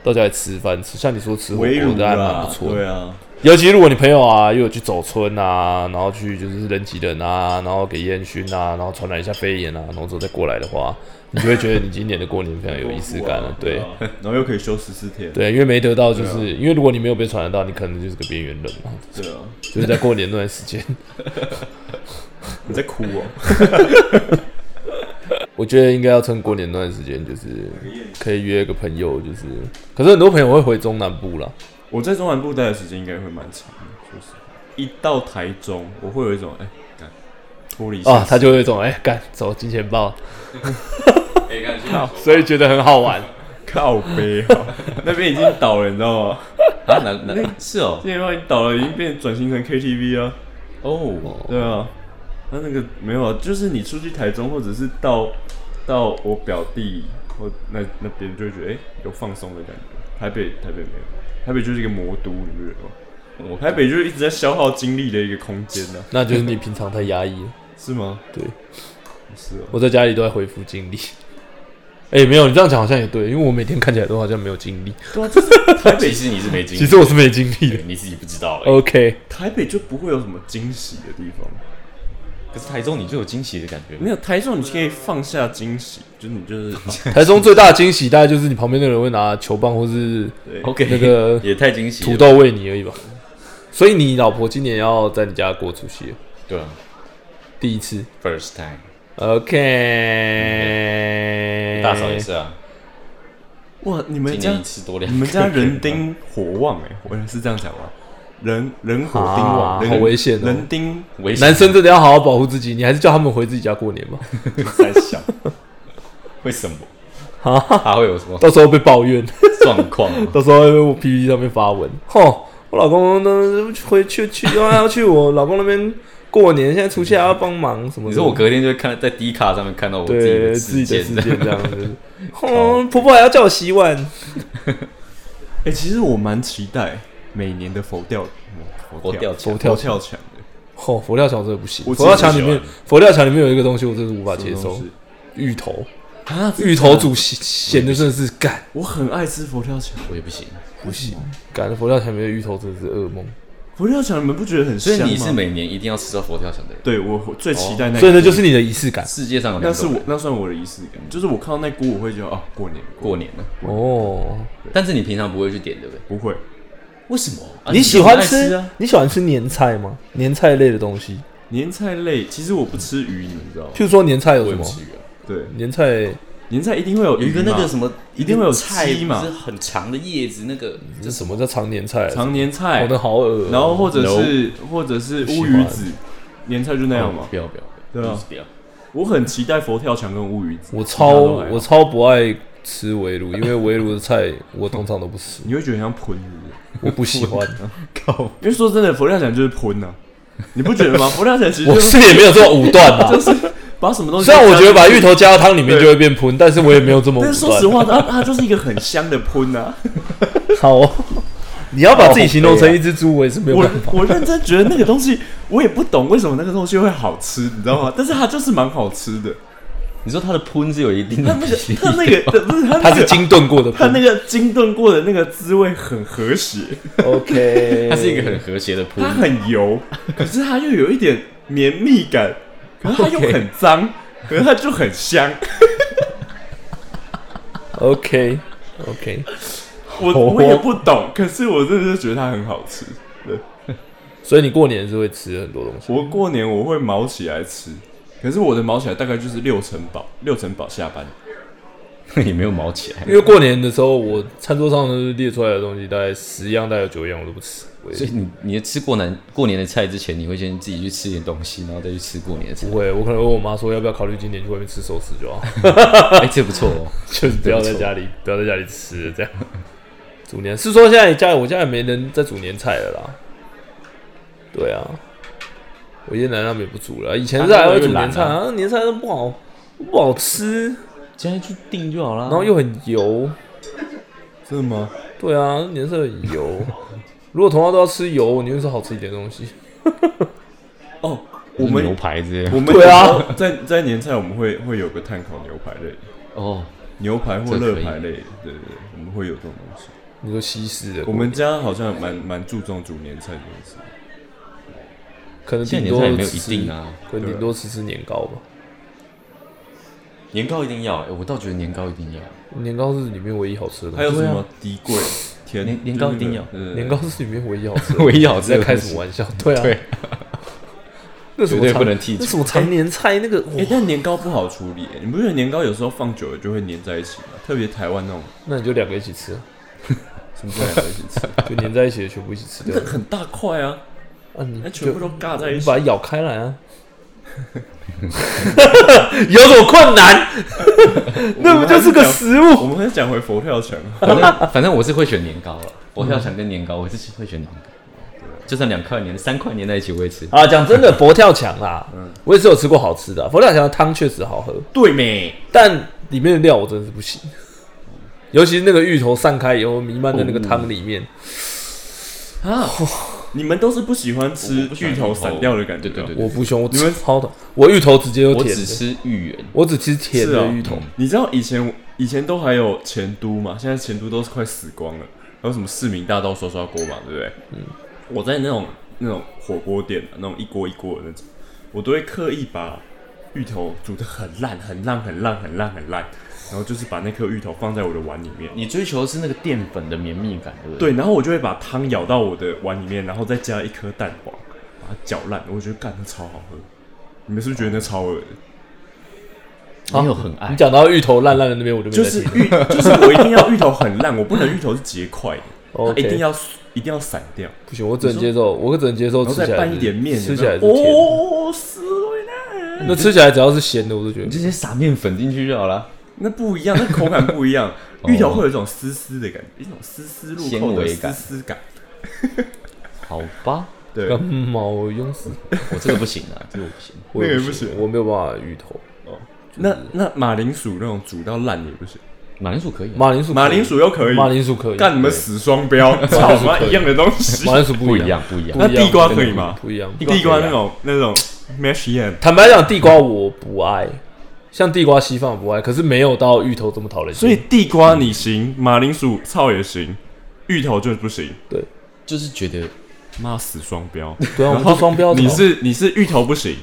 大家来吃饭，吃像你说吃火
围
锅
炉
的还蛮
啦
不错的
对。啊，
尤其如果你朋友啊，又有去走村啊，然后去就是人挤人啊，然后给烟熏啊，然后传染一下肺炎啊，然后之后再过来的话，你就会觉得你今年的过年非常有仪式 感了。对
啊然后又可以休十四天，
对，因为没得到，就是、因为如果你没有被传染到，你可能就是个边缘人嘛，
对啊，
就是在过年那段时间。
你在哭哦，
我觉得应该要趁过年那段时间，就是可以约个朋友，就是，可是很多朋友会回中南部啦，
我在中南部待的时间应该会蛮长的，说实话，一到台中，我会有一种哎，干、脱离
啊
现，实
他就会有一种哎干走金钱 豹，
哎，感谢。啊，
所以觉得很好玩。
靠背、啊，那边已经倒了，你知道吗？
哪哪是哦
这地方已经倒了，已经变转型成 KTV 啊。
哦，
对啊，他那个没有啊，就是你出去台中，或者是到到我表弟或那那边，就会觉得哎、诶有放松的感觉。台北台北没有，台北就是一个魔都，你不觉得吗？
我
台北就是一直在消耗精力的一个空间呢、
那就是你平常太压抑了。
是吗？
对，
是哦、
我在家里都在恢复精力。 哎、没有，你这样讲好像也对，因为我每天看起来都好像没有精力，
台北其实你是没经历，
其实我是没精力的。
你自己不知道 哎。
OK，
台北就不会有什么惊喜的地方，
可是台中你就有惊喜的感觉。
没有台中你可以放下惊喜，就是你就是、啊
台中最大的惊喜大概就是你旁边那个人会拿球棒或是
对
OK，
那个
也太惊喜了
土
吧。
豆喂你而已吧。所以你老婆今年要在你家过除夕了，
对啊
第一次。
，first time，
OK，
大嫂也是啊，
哇，你们
今
家
年一次多两
你
个
们家人丁火旺哎、欸，我是这样讲吗？人人火丁旺，
啊
人
好危险哦
人丁
危险
男 生真的要好好保护自己，你还是叫他们回自己家过年吧，
三小，为什么？他会有什 么
到时候被抱怨。
状况吗？
到时候我 PPT 上面发文，吼，我老公都回去去又要去我老公那边过年，现在出去还要帮忙什么
你
的。
说我隔天就会看在 D 卡上面看到我自己
对
的
自
事
己的
件，
事 件这样子，哦，婆婆还要叫我洗碗，
哎、欸其实我蛮期待每年的佛跳
我掉
佛
墙。
跳
佛
墙，
跳墙的
吼，佛跳墙真的不行，
我
佛跳墙
其
里
实不喜
面
欢
佛跳墙里面有一个东西我真是无法接
什么
受
东，西
芋头，
啊，
芋头煮咸咸的真的是干
我很爱吃佛跳墙，
我也不行，
不行，干佛跳墙里面的芋头真的是噩梦，
佛跳墙你们不觉得很
所
香
以
吗？
你是每年一定要吃到佛跳墙的人。
对我我最期待那、个，
所以呢就是你的仪式感
世界上有
那
两
是
种
我
人
那算我的仪式感，就是我看到那锅我会觉得哦，过年
过年的，
哦。
但是你平常不会去点，对不对？
不会，
为什么？啊
你喜欢
就很爱
吃
啊？
你喜欢吃年菜吗？年菜类的东西。
年菜类其实我不吃鱼，你们知道吗
譬？如说年菜有什么？
对，
年菜
年菜一定会有
有一个
鱼
那
嘛
个什么，
一定会有
菜
鸡嘛
不是很长的叶子，那个
这什么叫常年菜？啊
常年菜
我的好恶哦、
然后或者是或者是乌鱼子，年菜就那
不
样嘛。
不要不要，不要
对啊
就是不要。
我很期待佛跳墙跟乌鱼子，
我超
其他都还好
我超不爱吃围炉，因为围炉的菜我通常都不 吃，
你会觉得很像喷是不是
我不喜欢。
靠，
因为说真的，佛跳墙就是 喷呐，你不觉得吗？佛跳墙其实
我
就是
也没有这么武断 啊
就。是把什么东西，
虽然我觉得把芋，头加到汤里面就会变喷，但是我也没有这么武
但
断。
是说实话，它它就是一个很香的喷啊 呐。
好、哦，你要把自己形容成一只猪，我也是没有
我
办法。
我认真觉得那个东西，我也不懂为什么那个东西会好吃，你知道吗？但是它就是蛮好吃的。
你说他的喷是有一定
它
的
那
比
个
例的
它那个不是它
它
那
是
个
精炖过的
它那
喷
个精炖过的那个滋味很和谐，
，OK，
它是一个很和谐的铺
它，很油，可是它又有一点绵密感，可是它又
OK
很脏，可是它就 很香。
OK OK，
我
哦
我也不懂，可是我真的是觉得它很好吃。对，
所以你过年是会吃很多东西，
我过年我会毛起来吃，可是我的毛起来大概就是六成饱，六成饱下班。
也没有毛起来，
因为过年的时候我餐桌上都是列出来的东西，大概十样，大概有九样我都不吃，我也
所以你你吃过年过年的菜之前，你会先自己去吃点东西，然后再去吃过年的菜
不。会，我可能问我妈说要不要考虑今年去外面吃寿司 就好，
哎、这不错哦。
就是不要在家里不要在家里吃了这样。煮年是说现在家里我家里没人在煮年菜了啦，对啊，我爷爷奶奶他们也不煮了，以前是还会煮年菜，
啊
啊年菜都不好不好吃，
现在去订就好啦。
然后又很油，
真的吗？
对啊，年菜很油。如果同样都要吃油，你会说好吃一点的东西。
哦，
我
我
们牛
们
排之类的
我。们
对啊
有时候在在年菜我们会会有个碳烤牛排类，
哦，
牛排或
这可以
乐排类，对对对，我们会有这种东西。
你说西式的，
我们家好像蛮蛮注重煮年菜这件事。
可能
现在
顶多
年菜也没有
吃
一定，啊，
可能顶多吃吃年糕吧。
年糕一定要、哎我倒觉得年糕一定 要，
年糕是里面唯一好吃的东西，
还有什
对啊
么低贵甜呃
年年糕一定要，
年
年
糕是里面唯一好吃的
唯一好吃
在
的
开什么玩笑？对啊，
对，
那什么
绝对
常
不能剔除
那什么常年菜那个，
哎、
哇
但年糕不好处理、你不觉得年糕有时候放久了就会粘在一起吗？特别台湾那种，
那你就两个一起吃，啊
什么叫粘在一起吃？
就粘在一起的全部一起吃掉
这。很大块啊，
啊，你
那全
就
部都尬在一
你
起
把。它咬开来啊！有什么困难？那不就是个食
我
物？
们还是讲回佛跳墙，
反正反正我是会选年糕了，佛跳墙跟年糕，我是会选年糕，啊就算两块年、三块年在一起我也吃。
啊，讲真的，佛跳墙啦，
嗯
我也是有吃过好吃的啊、佛跳墙的汤确实好喝，
对没？
但里面的料我真的是不行，尤其是那个芋头散开以后弥漫在那个汤里面，
你们都是不喜欢吃
不喜欢
芋头散掉的感觉
对
啊，
对对
我不凶，我
你们
超的，我芋头直接就
我
甜
只
的，
吃芋圆，
我只吃甜
是
的
啊
芋头，
你知道以前以前都还有前都嘛，现在前都都是快死光了，还有什么市民大道刷刷锅嘛，对不对？嗯，我在那种那种火锅店、啊，那种一锅一锅的那种，我都会刻意把芋头煮的很烂、很烂、很烂、很烂、很烂，然后就是把那颗芋头放在我的碗里面。
你追求的是那个淀粉的绵密感，对不对？
对，然后我就会把汤舀到我的碗里面，然后再加一颗蛋黄，把它搅烂。我觉得干的超好喝，你们是不是觉得那超恶的？
对，没有很
你
爱。
讲到芋头烂烂的那边，我就没
就
在
是哎
听。
芋，就是我一定要芋头很烂，我不能芋头是结块的，它
OK
一定要一定要散掉，
不行，我只能接受，我只能接受
然后
吃
再
起来
拌一
是
点面，
吃起来
有
是
没有
甜的。
哦，死味啦！
那吃起来只要是咸的，我都觉
你
得
直接撒面粉进去就好了，
那不一样，那口感不 一样，芋头会有一种丝丝的感觉，一种丝丝入
纤
口的
维
丝
感
丝感。
好吧？
对，
干毛用死，
我这个不行啊，这 个我不行。
我
那
也
个
不
不行
我没有办法芋头。
那那马铃薯那种煮到烂也不行，
马铃薯可以、啊，
马铃薯可以，
马铃薯又可以，
马铃薯可以，
干你们死 双标，操
马铃薯
妈
可以
一样的东 西
马。铃薯
不
不
一样，不一
不一
样。
样
那地瓜可以吗
不一样。
地瓜
可以啊
那种那种 mash yam，
坦白讲，地瓜我不爱，像地瓜稀饭我不爱，可是没有到芋头这么讨人
所以
厌。
地瓜你行，马铃薯操也行，芋头就是不行。
就是觉得
妈死双标！
对啊，我们是双标。
你是你是芋头不行，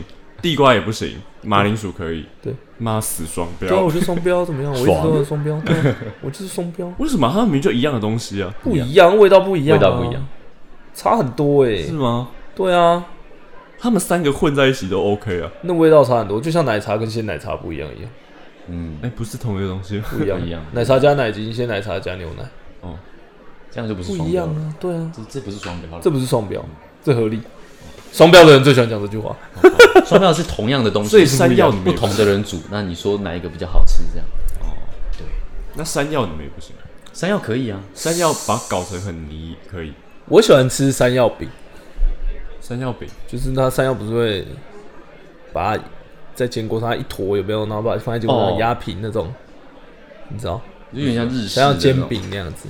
地瓜也不行，马铃薯可以。
对，
妈死双
对啊，
标
我！是双标，怎么样？我一直都是双标，对啊我就是双标，
为什么它明明就一样的东西啊？
不一样，味道不一样，啊
味道不一样，
差很多哎
是。吗？
对啊，
他们三个混在一起都 OK 啊？
那味道差很多，就像奶茶跟鲜奶茶不一样一样，
嗯，
哎，不是同一个东西。
不一样
不一样
奶茶加奶精，鲜奶茶加牛奶，
这样就不是
不
双
一
标
样
了。
啊。对啊，嗯
这这不是双标了，
这不是双标，这合理。双标的人最喜欢讲这句话。
双标是同样的东西，
所以山药里面
不
有
同的人煮，那你说哪一个比较好吃？这样
那山药你们也不行，
山药可以啊，
山药把它搞成很泥可以，
我喜欢吃山药饼，
山药饼
就是那山药不是会把它在煎锅上一坨有没有，然后把它放在煎锅上
哦
压平那种，你知道
有点像日式
山药
的
煎
那种
饼那样子。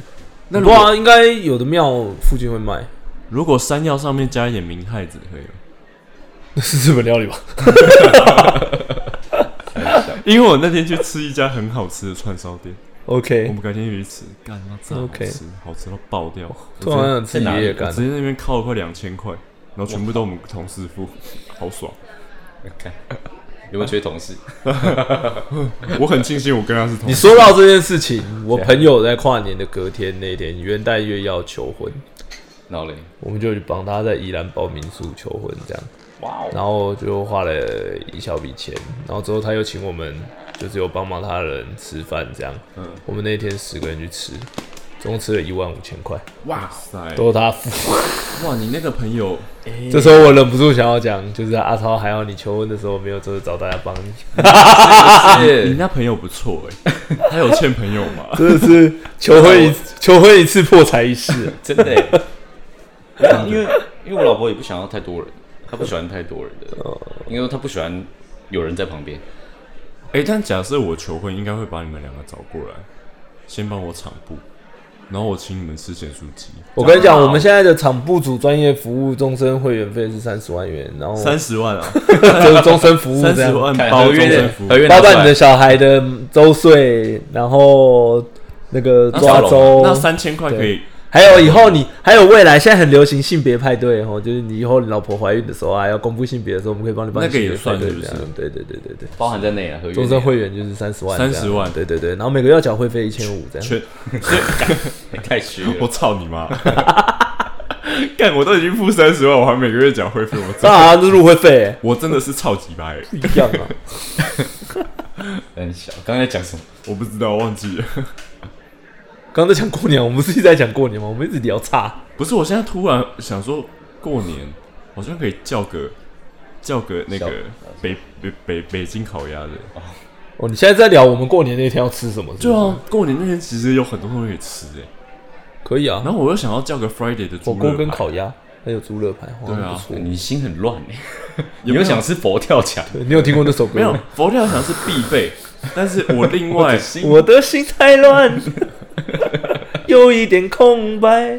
那如
不
果
啊，应该有的庙附近会卖，
如果山药上面加一点明太子可以吗？
那是日本料理吧？
因为我那天去吃一家很好吃的串烧店，我
OK，
们改天去吃，干妈炸好
OK 哦
吃，好吃到爆掉，
突然想吃
在哪
爷
里
爷
我
干
直，接那边靠了快两千块，然后全部都我们同事付，好爽。
看有没有缺同 事？
我很庆幸我跟他是 同
你
事，
说到这件事情，我朋友在跨年的隔天那天，元旦夜要求婚，
然后嘞，
我们就去帮他在宜兰包民宿求婚这样。
哦
然后就花了一小笔钱，然后之后他又请我们，就是有帮忙他的人吃饭这样。嗯，我们那天十个人去吃，总共吃了一万五千块，
哇塞，
都是他付。
哇，你那个朋友，
这时候我忍不住想要讲，就是阿超，还好你求婚的时候没有就是找大家帮你，
啊
你
是
那朋友不错哎、他有欠朋友吗？
真的是 求婚一求婚一次破财一世。
真的欸，没有因为因为我老婆也不想要太多人，她不喜欢太多人的，
哦
因为她不喜欢有人在旁边。
哎、但假设我求婚，应该会把你们两个找过来，先帮我场布，然后我请你们吃咸酥鸡，
我跟你讲，我们现在的场部组专业服务终身会员费是三十万元，然后
三十万啊，
就是终身服务
三
这
十
样。
万
看
包
合
终
约
身
的
服务
合，约拿
包
出
办
来
你的小孩的周岁，然后那个抓周，
那三千块可以，
还有以后你还有未来，现在很流行性别派对哦，就是你以后你老婆怀孕的时候啊，要公布性别的时候，我们可以帮你办
那个也
性别派对
算是不
这
是
样对对对对对。
包含在内啊，合约
终身会员就是三十万这样，
30万
对对对，然后每个月要缴会费一千五这样。
全
员太虚了
我。操你妈！ 干，我都已经付三十万，我还每个月缴会费，我真
当然啊这是入会费、欸，
我真的是超级白，
不一样啊。
很小，刚才讲什么？
啊我不知道忘记了。
刚刚在讲过年，我们不是一直在讲过年吗？我们一直聊差，
不是，我现在突然想说，过年好像可以叫个叫个那
小
个北北北北京烤鸭的。
哦，你现在在聊我们过年那天要吃什么是不是？
对啊，过年那天其实有很多东西可以吃诶、
可以啊，
然后我又想要叫个 Friday 的
火
猪
锅
肋
跟
排
烤鸭，还有猪肋排，好
对
像
啊
不错。
你心很乱
欸
哎，你
有没有
又想吃佛跳墙？
对你有听过那首歌
没有
吗？
佛跳墙是必备，但是我另
我
外
的心
我的心太 乱，有一点空白。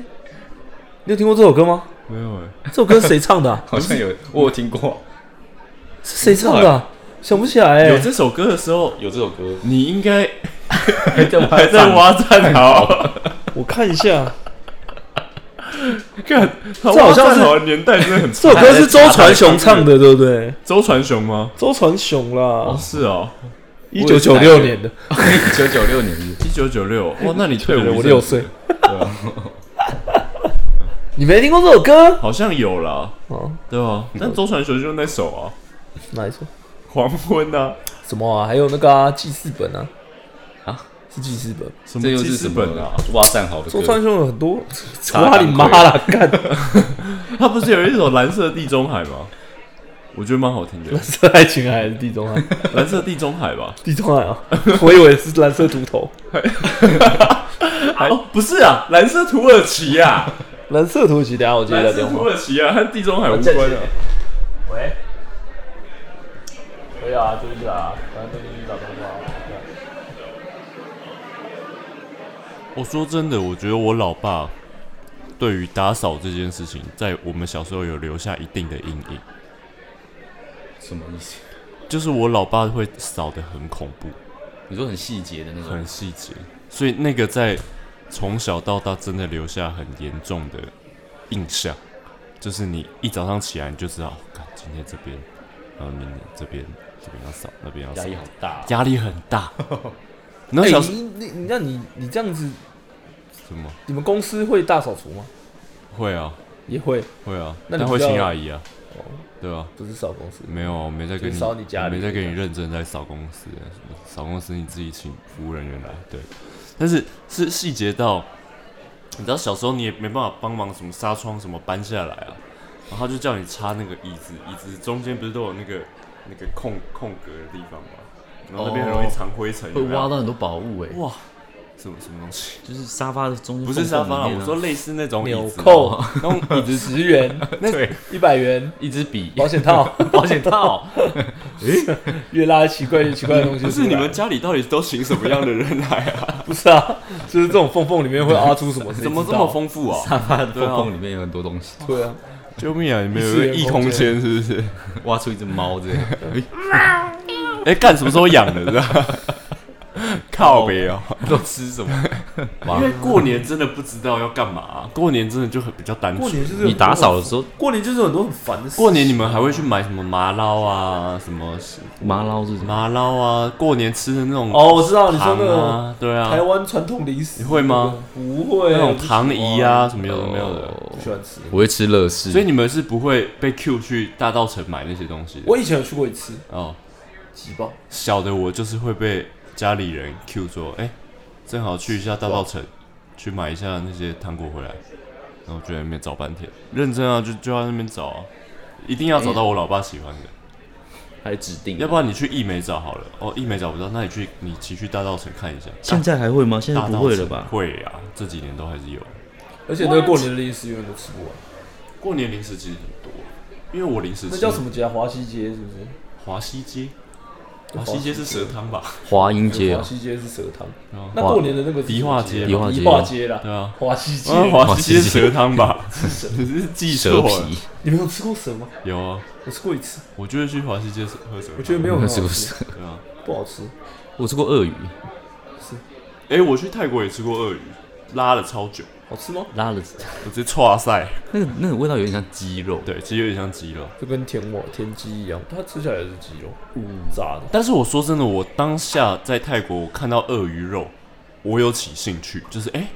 你有听过这首歌吗？
没有诶、
这首歌是谁唱的、啊？
好像有我有听 过
是谁唱的啊、想不起来、
有
欸。
这首歌的时候，
有这首歌，
你应该
还在
还在挖战壕，哦
我看一下，
看
这好像是
挖战壕的年代真的很
这首歌是周传雄唱的，啊对不对？
周传雄吗？
周传雄啦
哦，，是哦，
一九九六年的，
一九九六 年是
一九九六，哇，那你退伍一阵子
我六岁，
对啊
你没听过这首歌？
好像有啦，
哦，
对啊， 但周传雄就那首啊，
哪一首？
黄昏啊，
什么啊？还有那个啊，记事本啊，
啊，
是记事本。
什么
这又
记
是
事
什
本
么
啊，
挖战壕的
周传
歌？
雄有很多，
查
哇你妈啦！干，
他不是 有一首《蓝色地中海》吗？我觉得蛮好听 的，《
是爱情海还是地中 海？
蓝色地中海》吧？
地中海啊，我以为是蓝色秃头，
哦，不是啊，《蓝色土耳其》啊，
蓝色土耳其。等一下我
《
接
蓝
他
色
电
土
话。
耳其》啊，和地中海无关啊。
喂，可以啊，就是啊，反正都是找工作。
我说真的，我觉得我老爸对于打扫这件事情，在我们小时候有留下一定的阴影，
什么意思？
就是我老爸会扫得很恐怖，
你说很细节的那种
很，细节，所以那个在从小到大真的留下很严重的印象，就是你一早上起来你就知道，哦干、今天这边，然后明天这边这边要扫，那边要
压
扫
力，好
哦
大。
压力很 大。然后小时
你哎你你那你你这样子，
什么
你们公司会大扫除吗？
会啊
也会，
会啊，
哎那你
但会
比较
请阿姨啊，
哦，
对啊。
不是扫公司，
没有，啊我没在跟
就扫你家
我
里
没在跟你认真在扫公司，啊扫公司你自己请服务人员来。对，但是是细节到，你知道小时候你也没办法帮忙什么纱窗什么搬下来啊，然后他就叫你擦那个椅子，椅子中间不是都有那个那个空空格的地方吗？然后那边很容易藏灰尘，
会
有没有
挖到很多宝物哎，
哇！什么什么东西？
就是沙发的中间
不是沙发啦，
缝缝里面
我
啊
说类似那种
纽
椅子，啊
扣
那 种椅子
十元、
对，
哦一百元
一支笔、
保险套，
保 险套，
越拉奇怪越奇怪的东西出
不
来。
是你们家里到底都请什么样的人来啊？
不是啊，就是这种缝缝里 面会挖出什么？
怎么这么？丰富 啊？
沙发的
对
缝
啊
缝里面有很多东西，
对啊，
救命啊！你们
有一个异空间
是不是？
挖出一只猫这 样。
哎，干什么时候养的？ 是吧？靠北哦！
都吃什么？哇
因为过年真的不知道要干嘛啊、过年真的就很比较单纯。
过年就是
你打扫的 时候，
过年就是有很多很烦的事。
过年你们还会去买什么麻捞啊，什么
麻捞是什么？
麻捞啊？过年吃的那种
哦，我知道你说
糖
那种
啊，对啊，
台湾传统零食，
你会吗？
不会，
那种
不喜
糖
欢
饴，啊，什么有的没有的。
哦
不喜欢吃。
我会吃乐事，
所以你们是不会被 Q 去大道城买那些东西的。
我以前有去过一次，
哦，
挤爆。
小的我就是会被家里人 Q 说，哎、正好去一下大道城，去买一下那些糖果回来，然后就在那边找半天，认真啊，就就在那边找啊，一定要找到我老爸喜欢的，
还指定
要不然你去义美找好了，哦，义美找不到，那你去你骑去大道城看一下，
现在还会吗？现在
大
不
道
会了
城
吧？
会啊，这几年都还是有。
而且那个过年的零食永远都吃不完。
过年零食其实很多，因为我零食
那叫什？么街啊？华西街是不是？
华西街，华西街是蛇汤吧？
华阴街
华
哦，
西街是蛇汤。
啊哦
那过年的那个是
迪化
什
街
么
迪
迪
化
化
街
街啦，
对啊，
华西街。
啊，华西街
华西街
蛇汤 吧？你是记
蛇
错了？
皮，
你们有吃过蛇吗？
有啊，
我吃过一次，
我就是去华西街喝水。
我觉得没有
我
很好
吃过
吃
蛇，，
对啊。
不好吃。
我吃过鳄鱼，
哎、我去泰国也吃过鳄鱼，拉了超久，
好吃吗？
拉了
我直接唰塞。
那个那个味道有点像鸡肉，
对，其实有点像鸡肉。
就跟田螺、田鸡一样，它吃起来也是鸡肉，
嗯
炸的。
但是我说真的，我当下在泰国我看到鳄鱼肉，我有起兴趣，就是哎、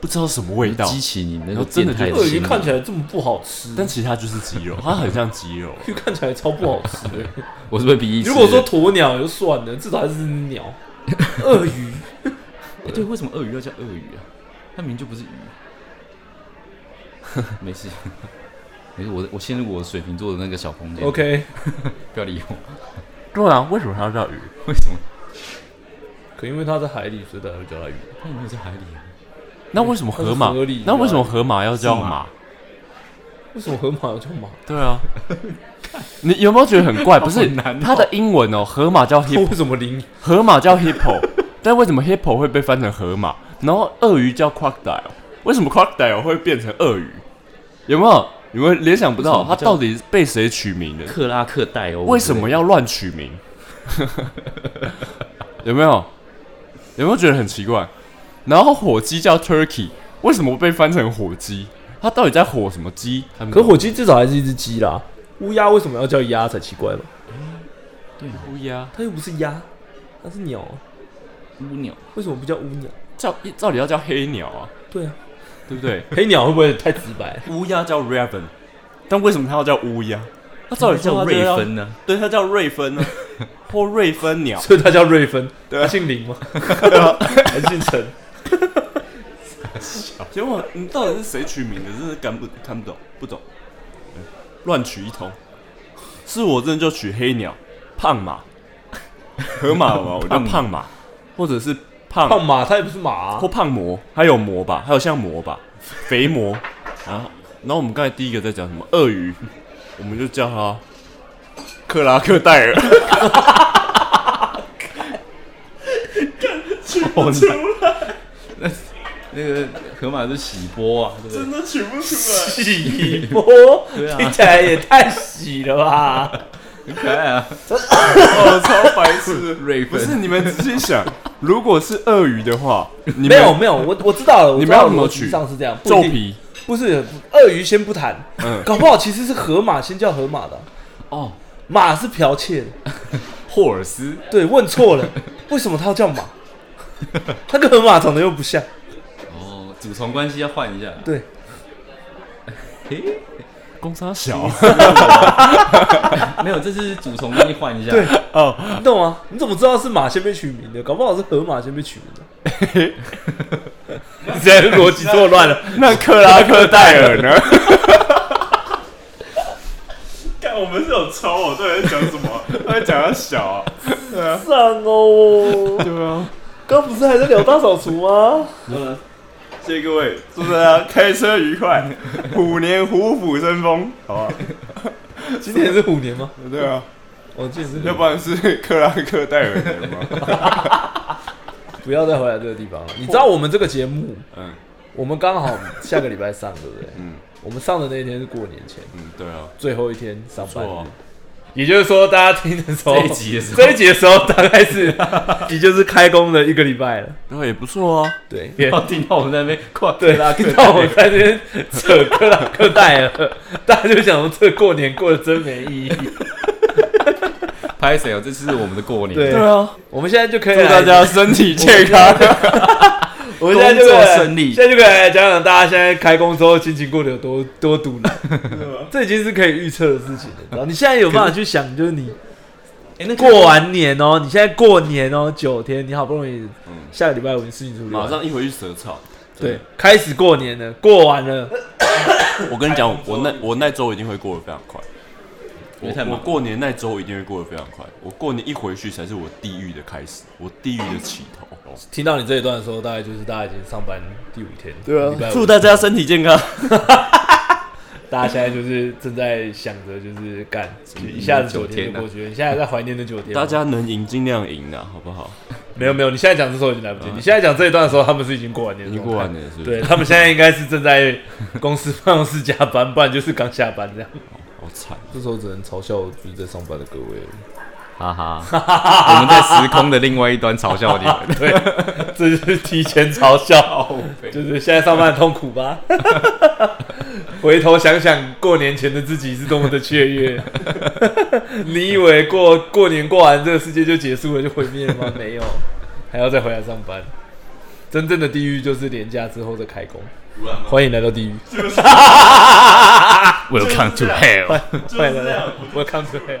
不知道什么味道，
激起你那
然
个
后真哎的
变态
就
鳄
心
鱼
理
看起来这么不好吃，
但其实它就是鸡 肉，它很像鸡肉。
鱼看起来超不好
哎
吃的。
我是被逼一次。
如果说鸵鸟就算了，至少还是 鸟。鳄鱼
哎对，为什么鳄鱼要叫鳄鱼啊？它明明就不是鱼。 没事，没事，我我陷入我水瓶座的那个小空间。
，OK，
不要理我。
对啊，为什么它要叫鱼？
为什么？
可因为它在海里，所以大家会叫它鱼。
它有没有在海里啊？
那为什么河马
它是河狸？
那为什么河马要叫
是
马？
为什么河马要叫 马？
对啊，你有没有觉得很怪？不是
难哦
它的英文哦，河马叫 hippo，
为什么羚？
河马叫 hippo，但为什么 hippo 会被翻成河马？然后鳄鱼叫 crocodile，为什么 crocodile 会变成鳄鱼？有没有？你们联想不
为
到
什么
它
不叫
到底被谁取名的？
克拉克戴哦欧
为什么要乱取名？ 有没有？ 有没有觉得很奇怪？然后火鸡叫 turkey，为什么被翻成火鸡？它到底在火什么鸡？它没有
可火鸡至少还是一只鸡啦。乌鸦为什么要叫鸭才奇怪吧？
乌鸦
它又不是鸭，它是鸟啊，
乌鸟？
为什么不叫乌鸟？
叫照理要叫黑鸟啊，
对啊，
对不对？
黑鸟会不会太直 白？
乌鸦叫 raven，但为什么它要叫乌鸦？它照理
叫
说它就
瑞
要
芬啊呢？
对，它叫瑞芬 呢，或瑞芬鸟。
所以它叫瑞芬，
对啊
它姓林吗？还姓陈？
结果你到底是谁取名的？真是看不看不懂，不懂，乱取一通。是我真的就取黑鸟、胖马、河马吧，我叫 胖马，或者是胖
胖马，它也不是马啊、
或胖魔，还有魔吧，还有像魔吧，肥魔啊。然后我们刚才第一个在讲什么鳄鱼，我们就叫它克拉克戴尔。
那个河马是喜波啊，对不对？
的取不出来。
洗波，
对啊
哦听起来也太洗了吧？
很可爱啊，
哦，超白痴！
瑞
不
芬
是你们仔细想，如果是鳄鱼的 话，你
没
们
有没有，我我知道了，我
你
知
们
道
要怎么
逻辑
取
上是这样，不
皱
一定
皮
不是鳄鱼先不谈，
嗯
搞不好其实是河马先叫河马的，
哦，
马是剽窃的，
霍尔斯
对，问错了，为什么它要叫马？ 它跟河马长得又不像，
哦，主从关系要换一下。
对，
诶，
公差小，
没有，这是主从关系换一下。
对你懂吗？你怎么知道是马先被取名的？搞不好是河马先被取名的。你现在逻辑错乱了，
那克拉克戴尔 呢？看我们这种超我到底在讲什么？他在讲他小啊，
上哦。
对啊，
刚不是还在聊大扫除吗？
谢谢各位，祝大家开车愉快，虎年虎虎生风，好吧？
今年是虎年吗？
对啊，
我记得是虎
要
年
不然是克拉克戴尔年吗？
不要再回来这个地方了。你知道我们这个节目，
嗯
我们刚好下个礼拜上，对不对？
嗯
我们上的那一天是过年前
嗯，对啊，
最后一天上班
不错
日
啊，
也就是说，大家听的时候，
这一集的时候
这一集的时候大概 是也就是开工的一个礼拜了。
然后也不错啊。
对，
然后听到我们在那边快
对啦，听到我在这边扯克拉克戴 尔，大家就想说这过年过得真没意义。
拍谁哦？这是我们的过年，
对
啊，
我们现在就可以
祝
来
大家身体健康。
我们现在就可以
工
来
作顺利
现在就可以来讲讲大家现在开工之后心情过得有多多堵 难，这已经是可以预测的事情了。然后你现在有办法去想，就是你
哎，那
过完年哦，你现在过年哦，九天，你好不容易下个礼拜五你事情处理完，
马上一回去蛇草。
对，开始过年了，过完了，
我跟你讲，我那我那周一定会过得非常快。
因为太
我
忙
我
了
过年那周一定会过得非常快。我过年一回去才是我地狱的开始，我地狱的起头。
听到你这一段的时候，大概就是大家已经上班第五天，
啊
礼拜五
祝大家身体健康。
大家现在就是正在想着，就是干，一下子九天就过去了。你现在在怀念那九天吗？
大家能赢尽量赢啊，好不好？
没有没有，你现在讲这时候已经来不及。你现在讲这一段的时候，他们嗯是已经过完年，
已经过完年了是不是
对他们现在应该是正在公司办公室加班，不然就是刚下班这样。
好惨，
这时候只能嘲笑就是在上班的各位了。
哈哈，我们在时空的另外一端嘲笑 你们，
对，这就是提前嘲笑，就是现在上班很痛苦 吧？回头想想过年前的自己是多么的雀 跃。你以为过过年过完这个世界就结束了，就毁灭了吗？ 没有，还要再回来上班。真正的地狱就是年假之后再开工。欢迎来到地狱，
Welcome to hell。
欢迎来到 Welcome to Hell。